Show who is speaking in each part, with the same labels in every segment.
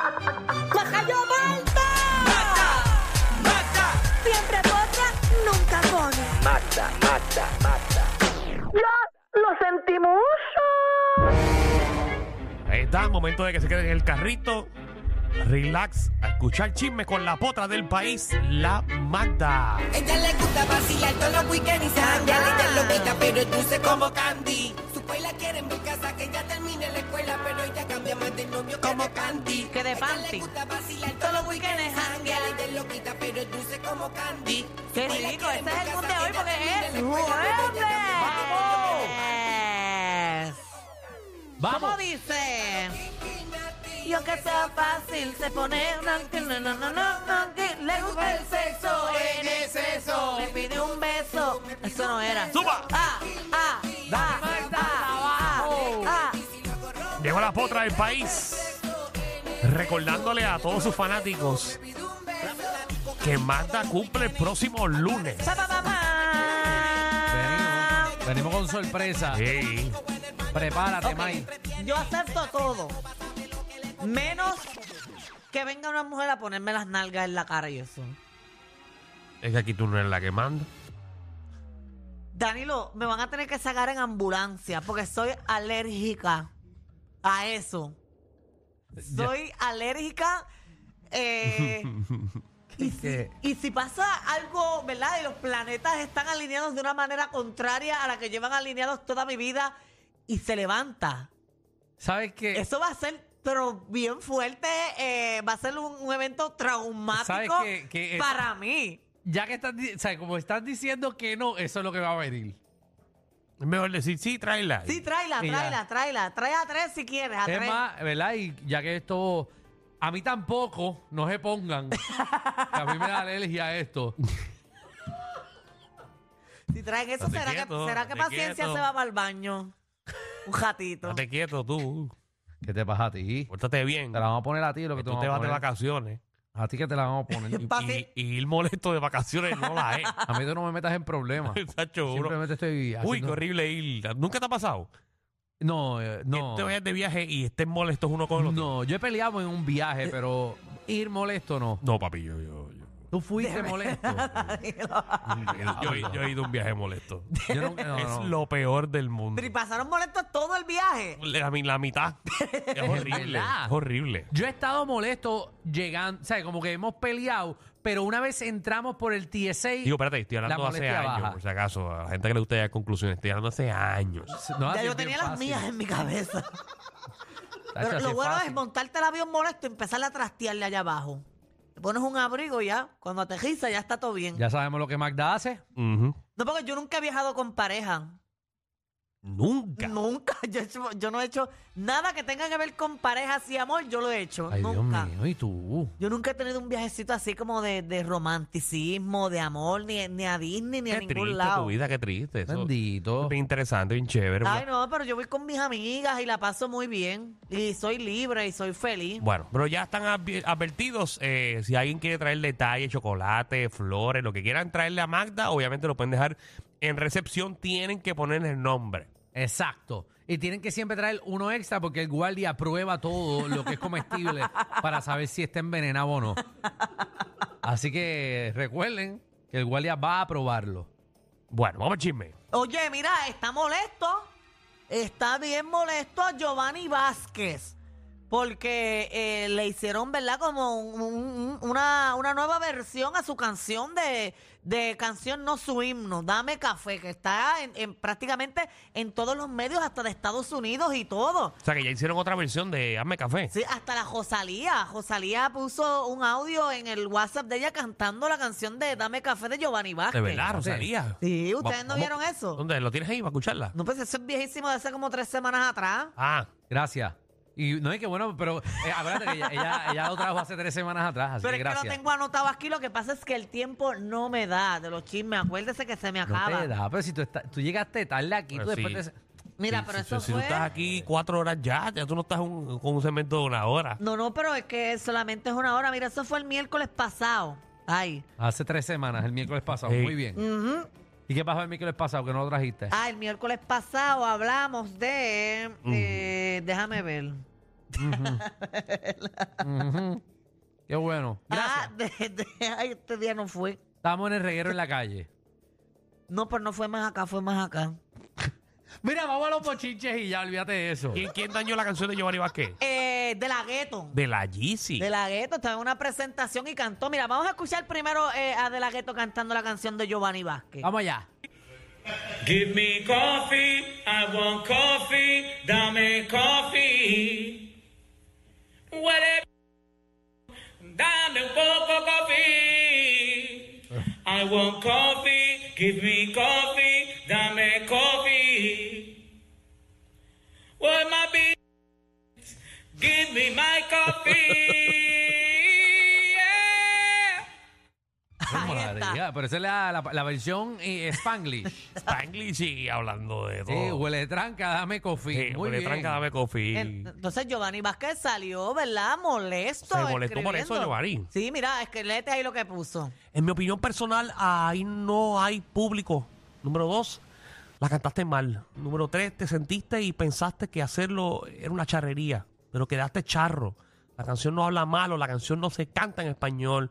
Speaker 1: ¡Majayo Malta!
Speaker 2: ¡Mata! ¡Mata!
Speaker 1: Siempre potra, nunca pone.
Speaker 2: ¡Mata, mata, mata!
Speaker 1: ¡Ya lo sentimos!
Speaker 3: Ahí está, momento de que se queden en el carrito. Relax, a escuchar chismes con la potra del país, la Magda.
Speaker 4: Ella le gusta vacilar todos los weekends y se janguea. Ella es loquita, pero es dulce como candy. Su la quiere en mi casa que ya termine la escuela, pero ella cambia más de novio como candy.
Speaker 5: Que de
Speaker 4: Ella
Speaker 5: panty.
Speaker 4: le gusta vacilar todos los weekends y se janguea. Ella es loquita, pero es dulce como candy. Su
Speaker 5: Qué
Speaker 4: abuela
Speaker 5: rico,
Speaker 4: quiere en
Speaker 5: este es
Speaker 4: mi
Speaker 5: el
Speaker 4: casa
Speaker 5: mundo de
Speaker 4: que ya
Speaker 5: hoy
Speaker 4: termine la
Speaker 5: porque es
Speaker 4: escuela, pero ella cambia más de novio como candy.
Speaker 5: jueves. ¿Cómo
Speaker 3: Vamos.
Speaker 5: dice? Y aunque sea fácil, se pone nanqui, no, no, no, no, nanqui. Le gusta el sexo en exceso. Le pide un beso. Eso no era.
Speaker 3: ¡Suba!
Speaker 5: Ah, ah, ah, ah, ah,
Speaker 3: Llegó la potra del país. Recordándole a todos sus fanáticos que Magda cumple el próximo lunes.
Speaker 5: Pa, pa, pa, pa.
Speaker 6: Venimos, venimos con sorpresa.
Speaker 3: Sí.
Speaker 6: Prepárate,
Speaker 5: Ok,
Speaker 6: May.
Speaker 5: Yo acepto todo. Menos que venga una mujer a ponerme las nalgas en la cara y eso.
Speaker 3: Es que aquí tú no eres la que manda.
Speaker 5: Danilo, me van a tener que sacar en ambulancia porque soy alérgica a eso. Soy alérgica. eh, y, si,
Speaker 6: ¿Qué?
Speaker 5: y si pasa algo, ¿verdad? Y los planetas están alineados de una manera contraria a la que llevan alineados toda mi vida y se levanta.
Speaker 6: ¿Sabes qué?
Speaker 5: Eso va a ser, pero bien fuerte. eh, va a ser un, un evento
Speaker 6: ¿Sabes
Speaker 5: traumático
Speaker 6: qué? Que es-
Speaker 5: para mí.
Speaker 6: Ya que estás, di- o sea, como estás diciendo que no, eso es lo que va a venir.
Speaker 3: Es mejor decir, sí, tráela.
Speaker 5: Sí, tráela,
Speaker 6: Mira.
Speaker 5: tráela, tráela. Trae a tres si quieres. A
Speaker 6: Es
Speaker 5: tres.
Speaker 6: más, ¿verdad? Y ya que esto. A mí tampoco, no se pongan. que a mí me da alergia a esto.
Speaker 5: Si traen eso,
Speaker 3: Estate
Speaker 5: ¿será
Speaker 3: quieto,
Speaker 5: que, será que
Speaker 3: estate
Speaker 5: paciencia
Speaker 3: quieto.
Speaker 5: se va para el baño? Un gatito.
Speaker 3: Estate quieto tú.
Speaker 6: ¿Qué te pasa a ti?
Speaker 3: Pórtate bien.
Speaker 6: Te la vamos a poner a ti lo que
Speaker 3: Que
Speaker 6: te
Speaker 3: tú
Speaker 6: vamos
Speaker 3: te
Speaker 6: a
Speaker 3: vas de
Speaker 6: poner. Ah,
Speaker 3: vacaciones.
Speaker 6: A ti que te la vamos a poner.
Speaker 3: Y,
Speaker 5: Pase-
Speaker 3: y ir molesto de vacaciones no la es.
Speaker 6: A mí tú no me metas en problemas.
Speaker 3: Sacho, uno-
Speaker 6: Simplemente estoy
Speaker 3: Uy, qué
Speaker 6: haciendo-
Speaker 3: horrible ir. ¿Nunca te ha pasado?
Speaker 6: No, eh, no.
Speaker 3: Que te vayas de viaje y estés molestos uno con el otro.
Speaker 6: No, yo he peleado en un viaje, pero ir molesto no.
Speaker 3: No, papi, yo, yo, yo,
Speaker 6: Tú fuiste molesto.
Speaker 3: yo, yo- yo he ido a un viaje molesto.
Speaker 6: Yo no- no,
Speaker 3: es
Speaker 6: no.
Speaker 3: lo peor del mundo.
Speaker 5: Pero y pasaron molestos todo el viaje.
Speaker 3: La, mi- la mitad. Es horrible.
Speaker 6: verdad.
Speaker 3: es horrible.
Speaker 6: Yo he estado molesto llegando, o sea, como que hemos peleado, pero una vez entramos por el TSA,
Speaker 3: Digo, espérate, estoy hablando
Speaker 6: La
Speaker 3: hace
Speaker 6: molestia
Speaker 3: años,
Speaker 6: baja.
Speaker 3: por si acaso. A la gente que le gusta llegar a conclusiones, estoy hablando hace años.
Speaker 6: no,
Speaker 5: Ya
Speaker 6: así es
Speaker 5: yo
Speaker 6: bien
Speaker 5: tenía las
Speaker 6: fácil.
Speaker 5: mías en mi cabeza.
Speaker 6: Tacho,
Speaker 5: Pero
Speaker 6: así
Speaker 5: lo
Speaker 6: es
Speaker 5: bueno
Speaker 6: fácil.
Speaker 5: es montarte el avión molesto y empezarle a trastearle allá abajo. Te pones un abrigo y ya. Cuando aterriza ya está todo bien.
Speaker 6: Ya sabemos lo que Magda hace.
Speaker 3: Ujú.
Speaker 5: No, porque yo nunca he viajado con pareja.
Speaker 3: Nunca.
Speaker 5: Nunca. Yo, he hecho- yo no he hecho nada que tenga que ver con parejas y amor. Yo lo he hecho.
Speaker 6: Ay,
Speaker 5: nunca.
Speaker 6: Dios mío, y tú.
Speaker 5: Yo nunca he tenido un viajecito así como de, de romanticismo, de amor, ni, ni a Disney, ni
Speaker 3: Qué
Speaker 5: a ningún
Speaker 3: triste
Speaker 5: lado.
Speaker 3: tu vida, qué triste. Eso
Speaker 6: Bendito.
Speaker 3: es bien interesante, bien chévere.
Speaker 5: Ay, no, pero yo voy con mis amigas y la paso muy bien. Y soy libre y soy feliz.
Speaker 3: Bueno, pero ya están advi- advertidos. eh, si alguien quiere traer detalle, chocolate, flores, lo que quieran traerle a Magda, obviamente lo pueden dejar en recepción. Tienen que poner el nombre.
Speaker 6: Exacto. Y tienen que siempre traer uno extra porque el guardia prueba todo lo que es comestible para saber si está envenenado o no. Así que recuerden que el guardia va a probarlo.
Speaker 3: Bueno, vamos al chisme.
Speaker 5: Oye, mira, está molesto. Está bien molesto Giovanni Vázquez. Porque eh, le hicieron, ¿verdad? Como un- un- un- una, una nueva versión a su canción de, de canción No Su Himno, Dame Café, que está en, en prácticamente en todos los medios, hasta de Estados Unidos y todo.
Speaker 3: O sea, que ya hicieron otra versión de Hazme Café.
Speaker 5: Sí, hasta la Rosalía. Rosalía puso un audio en el WhatsApp de ella cantando la canción de Dame Café de Giovanni
Speaker 3: de
Speaker 5: Vázquez.
Speaker 3: verdad,
Speaker 6: sí.
Speaker 3: Rosalía.
Speaker 5: Sí, ¿ustedes
Speaker 3: Va-
Speaker 5: no
Speaker 3: vamos-
Speaker 5: vieron eso?
Speaker 3: ¿Dónde? ¿Lo tienes ahí para escucharla?
Speaker 5: No, pues eso es viejísimo de hace como tres semanas atrás.
Speaker 3: Ah,
Speaker 6: Gracias. Y no es que bueno, pero eh, acuérdate que ella, ella- ella lo trajo hace tres semanas atrás, así
Speaker 5: Pero
Speaker 6: que
Speaker 5: es que lo
Speaker 6: gracias.
Speaker 5: tengo anotado aquí. Lo que pasa es que el tiempo no me da de los chismes. Acuérdese que se me
Speaker 6: No
Speaker 5: acaba.
Speaker 6: te da, pero si tú, estás- tú llegaste tarde aquí,
Speaker 3: Pero
Speaker 6: tú después
Speaker 3: sí.
Speaker 6: te-
Speaker 5: Mira,
Speaker 3: si-
Speaker 5: pero
Speaker 3: si-
Speaker 5: eso
Speaker 3: si tú
Speaker 5: fue.
Speaker 3: estás aquí cuatro horas ya, ya tú no estás un- con un cemento de una hora.
Speaker 5: No, no, pero es que solamente es una hora. Mira, eso fue el miércoles pasado. Ay.
Speaker 6: Hace tres semanas, el miércoles pasado.
Speaker 3: Sí.
Speaker 6: Muy bien.
Speaker 5: Ujú.
Speaker 6: ¿Y qué pasó el miércoles pasado que no lo trajiste?
Speaker 5: Ah, el miércoles pasado hablamos de. eh, déjame ver.
Speaker 6: Ujú. Qué bueno.
Speaker 5: Ah,
Speaker 6: Gracias.
Speaker 5: de- de- ay, este día no fue.
Speaker 6: Estábamos en el reguero en la calle.
Speaker 5: No, pues no fue más acá, fue más acá.
Speaker 6: Mira, vamos a los pochinches y ya, olvídate de eso.
Speaker 3: ¿Quién, quién dañó la canción de Giovanni Vázquez?
Speaker 5: Eh, de la gueto.
Speaker 3: De la Yeezy.
Speaker 5: De la gueto, estaba en una presentación y cantó. Mira, vamos a escuchar primero eh, a De la gueto cantando la canción de Giovanni Vázquez.
Speaker 3: Ah,
Speaker 6: Vamos allá.
Speaker 7: Give me coffee, I want coffee, dame coffee. Huele, dame un poco coffee. I want coffee, give me coffee, dame coffee. Where my bitch? Give me my coffee. Yeah.
Speaker 5: Ahí está.
Speaker 6: María, Pero esa es la, la- la versión eh, Spanglish.
Speaker 3: Spanglish sigue hablando de
Speaker 6: Sí,
Speaker 3: todo.
Speaker 6: huele de tranca, dame coffee.
Speaker 3: Sí,
Speaker 6: Muy
Speaker 3: huele
Speaker 6: bien.
Speaker 3: tranca, dame coffee.
Speaker 5: En- Entonces Giovanni Vázquez salió, ¿verdad? Molesto.
Speaker 3: Se molestó por eso,
Speaker 5: escribiendo.
Speaker 3: Giovanni.
Speaker 5: Sí, mira, es que léete ahí lo que puso.
Speaker 3: En mi opinión personal, ahí no hay público. Número dos, la cantaste mal. Número tres, te sentiste y pensaste que hacerlo era una charrería, pero quedaste charro. La canción no habla malo, la canción no se canta en español,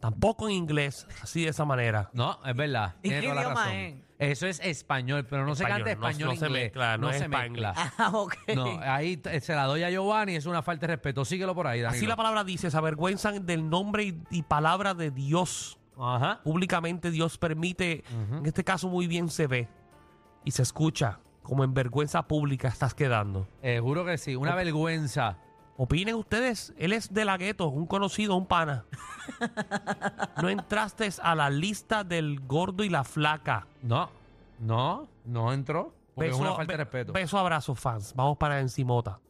Speaker 3: tampoco en inglés, así de esa manera.
Speaker 6: No, es verdad.
Speaker 5: ¿Y
Speaker 6: Tiene
Speaker 5: qué
Speaker 6: toda la
Speaker 5: idioma
Speaker 6: razón.
Speaker 5: es?
Speaker 6: Eso es español, pero no
Speaker 3: Español, no-
Speaker 6: se canta español
Speaker 3: no se
Speaker 6: inglés.
Speaker 3: mezcla, no es
Speaker 6: se
Speaker 3: Spanglish.
Speaker 6: mezcla.
Speaker 5: Ah, ok.
Speaker 6: No, eh, ahí t- se la doy a Giovanni, es una falta de respeto. Síguelo por ahí,
Speaker 3: Así
Speaker 6: Danilo.
Speaker 3: la palabra dice, se avergüenzan del nombre y, y palabra de Dios.
Speaker 6: Ajá.
Speaker 3: Públicamente Dios permite, en este caso muy bien se ve y se escucha, como en vergüenza pública estás quedando.
Speaker 6: Eh, juro que sí,
Speaker 3: Oh.
Speaker 6: una vergüenza.
Speaker 3: Opinen ustedes, él es de la gueto, un conocido, un pana. No entraste a la lista del gordo y la flaca.
Speaker 6: No, no, no entró. Porque es una falta de
Speaker 3: be-
Speaker 6: respeto.
Speaker 3: beso, abrazo, fans. Vamos para encimota.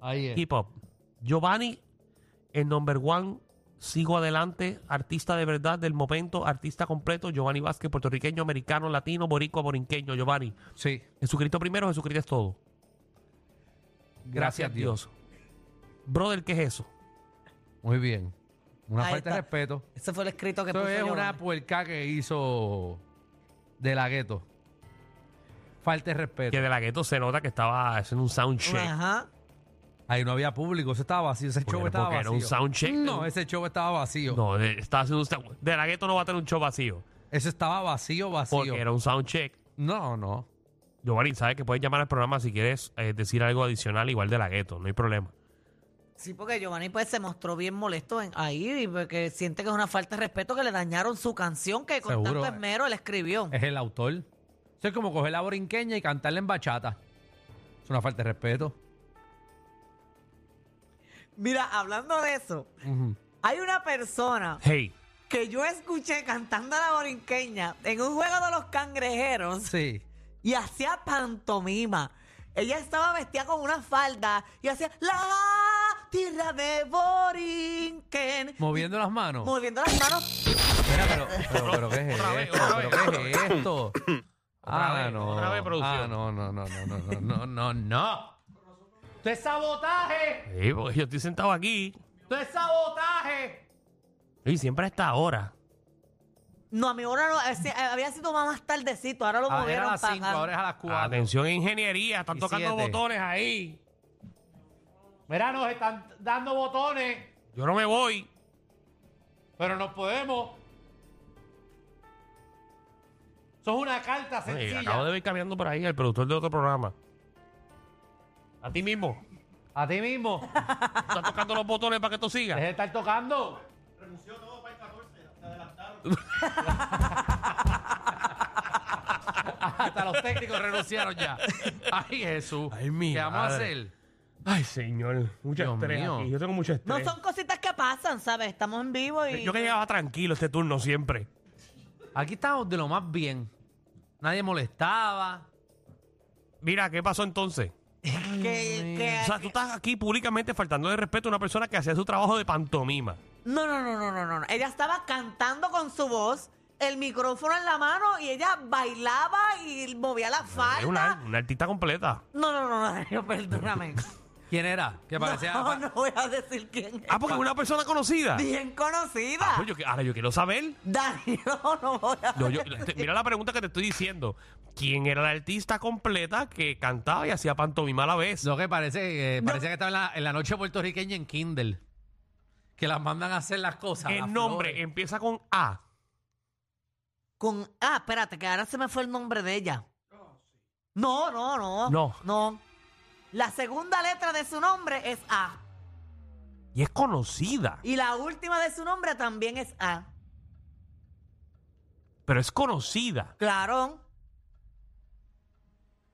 Speaker 6: Ahí es.
Speaker 3: Hip hop. Giovanni, el number one. Sigo adelante, artista de verdad del momento, artista completo, Giovanni Vázquez, puertorriqueño, americano, latino, boricua, borinqueño, Giovanni.
Speaker 6: Sí,
Speaker 3: Jesucristo primero, Jesucristo es todo.
Speaker 6: gracias, Dios.
Speaker 3: Brother, ¿qué es eso?
Speaker 6: Muy bien. Una
Speaker 5: Ahí
Speaker 6: falta de
Speaker 5: está.
Speaker 6: respeto.
Speaker 5: Ese fue el escrito que
Speaker 6: Esto
Speaker 5: puso
Speaker 6: es una
Speaker 5: Giovanni.
Speaker 6: puerca que hizo de la gueto. Falta de respeto.
Speaker 3: Que de la gueto se nota que estaba haciendo un sound check.
Speaker 5: Ajá.
Speaker 6: Ahí no había público, eso estaba vacío. Ese
Speaker 3: Porque
Speaker 6: show
Speaker 3: no,
Speaker 6: estaba
Speaker 3: porque
Speaker 6: vacío.
Speaker 3: era un soundcheck.
Speaker 6: No, ese show estaba vacío.
Speaker 3: No, de, estaba haciendo un sound- De la gueto no va a tener un show vacío.
Speaker 6: Eso estaba vacío, vacío.
Speaker 3: Porque era un soundcheck.
Speaker 6: No, no.
Speaker 3: Giovanni, sabes que puedes llamar al programa si quieres eh, decir algo adicional igual de la gueto. No hay problema.
Speaker 5: Sí, porque Giovanni pues se mostró bien molesto en, ahí, porque siente que es una falta de respeto que le dañaron su canción que con
Speaker 6: Seguro.
Speaker 5: tanto esmero él escribió.
Speaker 3: Eh.
Speaker 6: Es el autor. Eso es como coger la borinqueña y cantarla en bachata. Es una falta de respeto.
Speaker 5: Mira, hablando de eso,
Speaker 6: Ujú.
Speaker 5: hay una persona
Speaker 3: Hey,
Speaker 5: que yo escuché cantando a la borinqueña en un juego de los cangrejeros
Speaker 6: Sí.
Speaker 5: y hacía pantomima. Ella estaba vestida con una falda y hacía la tierra de borinquen,
Speaker 6: Moviendo las manos.
Speaker 5: moviendo las manos.
Speaker 6: Espera, pero, pero, pero ¿qué es
Speaker 3: Otra vez,
Speaker 6: esto?
Speaker 3: otra
Speaker 6: ¿Pero qué es esto? ah,
Speaker 3: vez,
Speaker 6: no.
Speaker 3: otra vez, producción.
Speaker 6: Ah, no, no, no, no, no, no, no, no. ¡Esto es sabotaje!
Speaker 3: hey, porque yo estoy sentado aquí.
Speaker 6: ¡Esto es sabotaje!
Speaker 3: Y siempre a esta hora.
Speaker 5: No, a mi hora no, ese- eh, había sido más, más tardecito, ahora lo
Speaker 6: Ahora es Ah, a
Speaker 5: movieron
Speaker 6: las
Speaker 5: para
Speaker 6: 5,
Speaker 5: acá.
Speaker 6: ahora es a las 4.
Speaker 3: Atención, ingeniería. Están
Speaker 6: Y
Speaker 3: tocando
Speaker 6: siete.
Speaker 3: botones ahí.
Speaker 6: Mira, nos están dando botones,
Speaker 3: Yo no me voy.
Speaker 6: pero nos podemos. Sos una carta
Speaker 3: Oye, acabo de ver cambiando por ahí al productor de otro programa. A ti mismo.
Speaker 6: A ti mismo.
Speaker 3: Estás tocando los botones para que tú sigas.
Speaker 6: de estar tocando. Renunció todo para el 14. Se adelantaron. Hasta los técnicos renunciaron ya. Ay, Jesús.
Speaker 3: Ay, mi
Speaker 6: ¿Qué vamos a
Speaker 3: madre.
Speaker 6: hacer?
Speaker 3: Ay, señor. Mucho
Speaker 6: Dios
Speaker 3: estrés
Speaker 6: mío.
Speaker 3: aquí. Yo tengo mucho
Speaker 5: No
Speaker 3: estrés.
Speaker 5: son cositas que pasan, ¿sabes? Estamos en vivo y...
Speaker 3: Yo que llegaba tranquilo este turno siempre.
Speaker 6: Aquí estamos de lo más bien. Nadie molestaba.
Speaker 3: Mira, ¿qué pasó entonces?
Speaker 5: que- que-
Speaker 6: Mm,
Speaker 3: O sea, tú estás aquí públicamente faltando de respeto a una persona que hacía su trabajo de pantomima.
Speaker 5: No, no, no, no, no, no, no. Ella estaba cantando con su voz, el micrófono en la mano y ella bailaba y movía la
Speaker 3: Es
Speaker 5: falda.
Speaker 3: una, una artista completa.
Speaker 5: No, no, no, no, Danilo, perdóname.
Speaker 6: ¿Quién era? Que parecía.
Speaker 5: No, no voy a decir quién es.
Speaker 3: Ah, porque es una persona conocida.
Speaker 5: Bien conocida.
Speaker 3: Pues yo que- ahora yo quiero saber.
Speaker 5: Danilo, no voy a
Speaker 3: No, yo-
Speaker 5: decir.
Speaker 3: mira la pregunta que te estoy diciendo. ¿Quién era la artista completa que cantaba y hacía pantomima a la vez?
Speaker 6: Lo que parece, eh, parece que estaba en la, en la noche puertorriqueña en Kindle. Que las mandan a hacer las cosas. las
Speaker 3: el nombre
Speaker 6: flores.
Speaker 3: empieza con A.
Speaker 5: Con. Ah, espérate, que ahora se me fue el nombre de ella. No, no, no.
Speaker 3: No.
Speaker 5: No. La segunda letra de su nombre es A.
Speaker 3: Y es conocida.
Speaker 5: Y la última de su nombre también es A.
Speaker 3: Pero es conocida.
Speaker 5: Claro.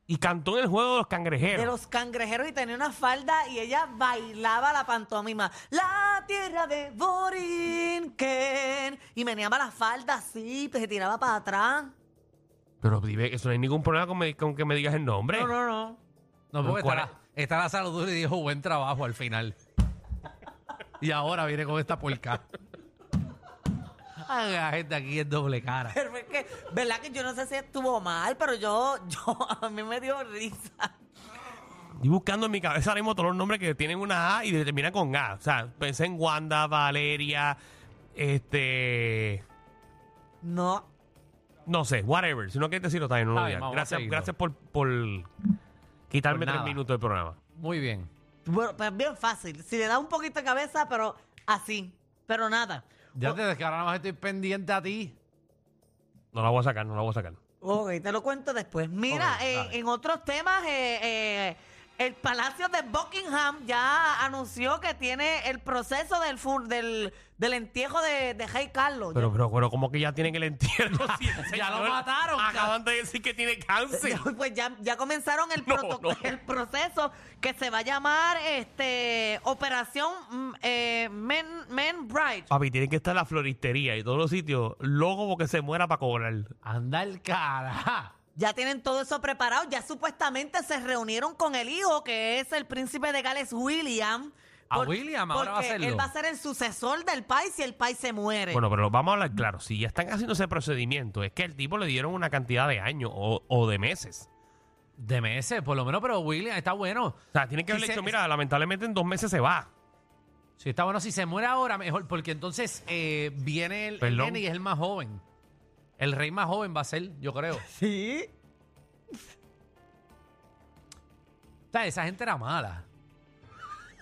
Speaker 3: Y cantó en el juego de los
Speaker 5: De
Speaker 3: cangrejeros.
Speaker 5: los cangrejeros y tenía una falda y ella bailaba la pantomima. La tierra de Borinquen. Y meneaba la falda así, pues se tiraba para atrás.
Speaker 3: Pero dime, eso no hay ningún problema con, me- con que me digas el nombre.
Speaker 5: No, no, no.
Speaker 6: No, porque está
Speaker 3: ¿Cuál
Speaker 6: la, está la salud y dijo buen trabajo al final. y ahora viene con esta porca. Ay, la gente aquí es doble cara.
Speaker 5: Pero es que, ¿verdad que yo no sé si estuvo mal? Pero yo, yo, a mí me dio risa.
Speaker 3: Y buscando en mi cabeza ahora mismo todos los nombres que tienen una A y terminan con A. O sea, pensé en Wanda, Valeria, este.
Speaker 5: No.
Speaker 3: No sé, whatever. Si no quieres decirlo también, no lo
Speaker 6: Ay,
Speaker 3: digas.
Speaker 6: vamos a
Speaker 3: Gracias,
Speaker 6: seguirlo.
Speaker 3: gracias por, por quitarme
Speaker 6: Por
Speaker 3: tres
Speaker 6: nada.
Speaker 3: minutos del programa.
Speaker 6: Muy bien.
Speaker 5: Bueno, pues bien fácil. Si le da un poquito de cabeza, pero así. Pero nada.
Speaker 6: Ya te que ahora nada más estoy pendiente a ti.
Speaker 3: No la voy a sacar, no la voy a sacar.
Speaker 5: Ok, te lo cuento después. Mira,
Speaker 6: Ok,
Speaker 5: eh,
Speaker 6: dale.
Speaker 5: en otros temas, eh, eh, el Palacio de Buckingham ya anunció que tiene el proceso del fu- del, del entierro de, de Rey Carlos.
Speaker 3: Pero, pero, pero, ¿cómo que ya tienen el entierro? Si el
Speaker 6: Ya lo
Speaker 3: señor
Speaker 6: mataron,
Speaker 3: Acaban de decir que tiene cáncer.
Speaker 5: Ya- Pues ya, ya comenzaron el,
Speaker 3: No,
Speaker 5: proto-
Speaker 3: no.
Speaker 5: el proceso que se va a llamar este Operación mm, eh, Men, Men Bright.
Speaker 3: Papi, tienen que estar en la floristería y todos los sitios. Loco porque se muera para cobrar.
Speaker 6: Anda el cara.
Speaker 5: Ya tienen todo eso preparado. Ya supuestamente se reunieron con el hijo, que es el príncipe de Gales, William.
Speaker 6: A Ah, William ahora va a
Speaker 5: porque
Speaker 6: hacerlo.
Speaker 5: Él va a ser el sucesor del país si el país se muere.
Speaker 3: Bueno, pero vamos a hablar claro. Si ya están haciendo ese procedimiento, es que el tipo le dieron una cantidad de años o, o de meses.
Speaker 6: De meses, por lo menos, pero William está bueno.
Speaker 3: O sea, tienen que
Speaker 6: Sí,
Speaker 3: haberle
Speaker 6: se-
Speaker 3: dicho, mira, lamentablemente en dos meses se va.
Speaker 6: Si está bueno, si se muere ahora, mejor, porque entonces eh, viene el, el
Speaker 3: Perdón.
Speaker 6: nene y es el más joven. El rey más joven va a ser, yo creo.
Speaker 5: sí.
Speaker 6: O sea, esa gente era mala.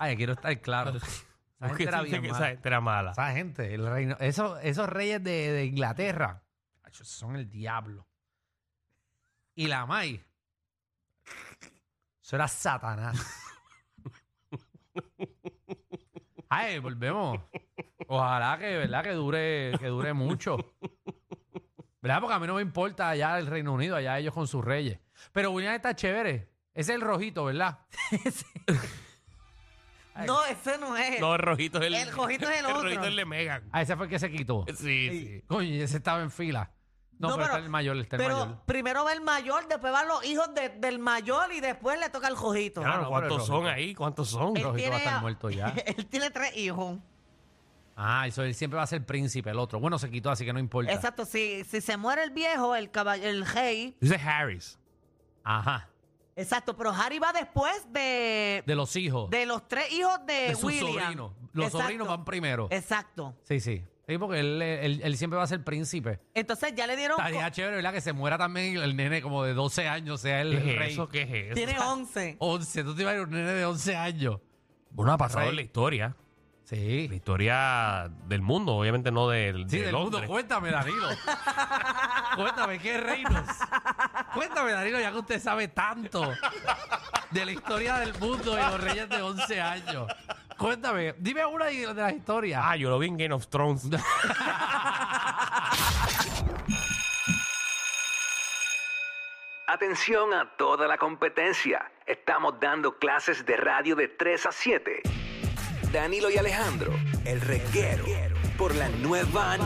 Speaker 6: Ay, quiero estar claro. Esa gente
Speaker 3: Porque
Speaker 6: era
Speaker 3: dicen
Speaker 6: bien
Speaker 3: que
Speaker 6: mala.
Speaker 3: esa gente era mala.
Speaker 6: Esa gente, el reino, esos, esos reyes de, de Inglaterra acho, son el diablo. Y la May, eso era Satanás. Ay, volvemos. Ojalá que, ¿verdad? Que dure, que dure mucho. ¿Verdad? Porque a mí no me importa allá el Reino Unido, allá ellos con sus reyes. Pero William está chévere. Ese es el rojito, ¿verdad?
Speaker 5: No, ese no es.
Speaker 3: No, el rojito es el.
Speaker 5: El rojito es el otro.
Speaker 3: rojito es el de Megan.
Speaker 6: Ah, ese fue el que se quitó.
Speaker 3: Sí, sí.
Speaker 6: Coño, y ese estaba en fila. No,
Speaker 5: No,
Speaker 6: pero,
Speaker 5: pero-
Speaker 6: está el mayor, está el
Speaker 5: Pero
Speaker 6: mayor.
Speaker 5: primero va el mayor, después van los hijos de- del mayor y después le toca el jojito.
Speaker 3: Claro,
Speaker 6: no, pero el
Speaker 3: ¿cuántos son
Speaker 6: rojito.
Speaker 3: ahí? ¿Cuántos son?
Speaker 6: El- rojito va a estar muerto ya.
Speaker 5: él tiene tres hijos.
Speaker 6: Ah, eso él siempre va a ser príncipe, el otro. Bueno, se quitó, así que no importa.
Speaker 5: Exacto. Si, si se muere el viejo, el, caball- el rey.
Speaker 3: Dice Harris.
Speaker 6: Ajá.
Speaker 5: Exacto. Pero Harry va después de,
Speaker 6: De los hijos.
Speaker 5: de los tres hijos de,
Speaker 6: de sus
Speaker 5: William.
Speaker 6: sobrinos. Los
Speaker 5: Exacto.
Speaker 6: sobrinos van primero.
Speaker 5: Exacto.
Speaker 6: Sí, sí. Sí, porque él, él- él siempre va a ser príncipe.
Speaker 5: Entonces ya le dieron.
Speaker 6: Estaría
Speaker 5: co-
Speaker 6: chévere, ¿verdad? Que se muera también el nene como de 12 años, sea el,
Speaker 3: ¿Qué
Speaker 6: el
Speaker 3: es
Speaker 6: rey.
Speaker 3: eso? ¿Qué es eso?
Speaker 5: Tiene 11.
Speaker 6: 11. Tú te imaginas un nene de 11 años.
Speaker 3: Bueno, ha pasado
Speaker 6: Rey.
Speaker 3: en la historia. La
Speaker 6: Sí.
Speaker 3: historia del mundo, obviamente no del.
Speaker 6: Sí,
Speaker 3: de
Speaker 6: del mundo.
Speaker 3: Londres.
Speaker 6: Cuéntame, Danilo. Cuéntame, ¿qué reinos? Cuéntame, Danilo, ya que usted sabe tanto de la historia del mundo y los reyes de 11 años. Cuéntame, dime una de las historias.
Speaker 3: Ah, yo lo vi en Game of Thrones.
Speaker 2: Atención a toda la competencia. Estamos dando clases de radio de 3 a 7. Danilo y Alejandro, el reguero, por la nueva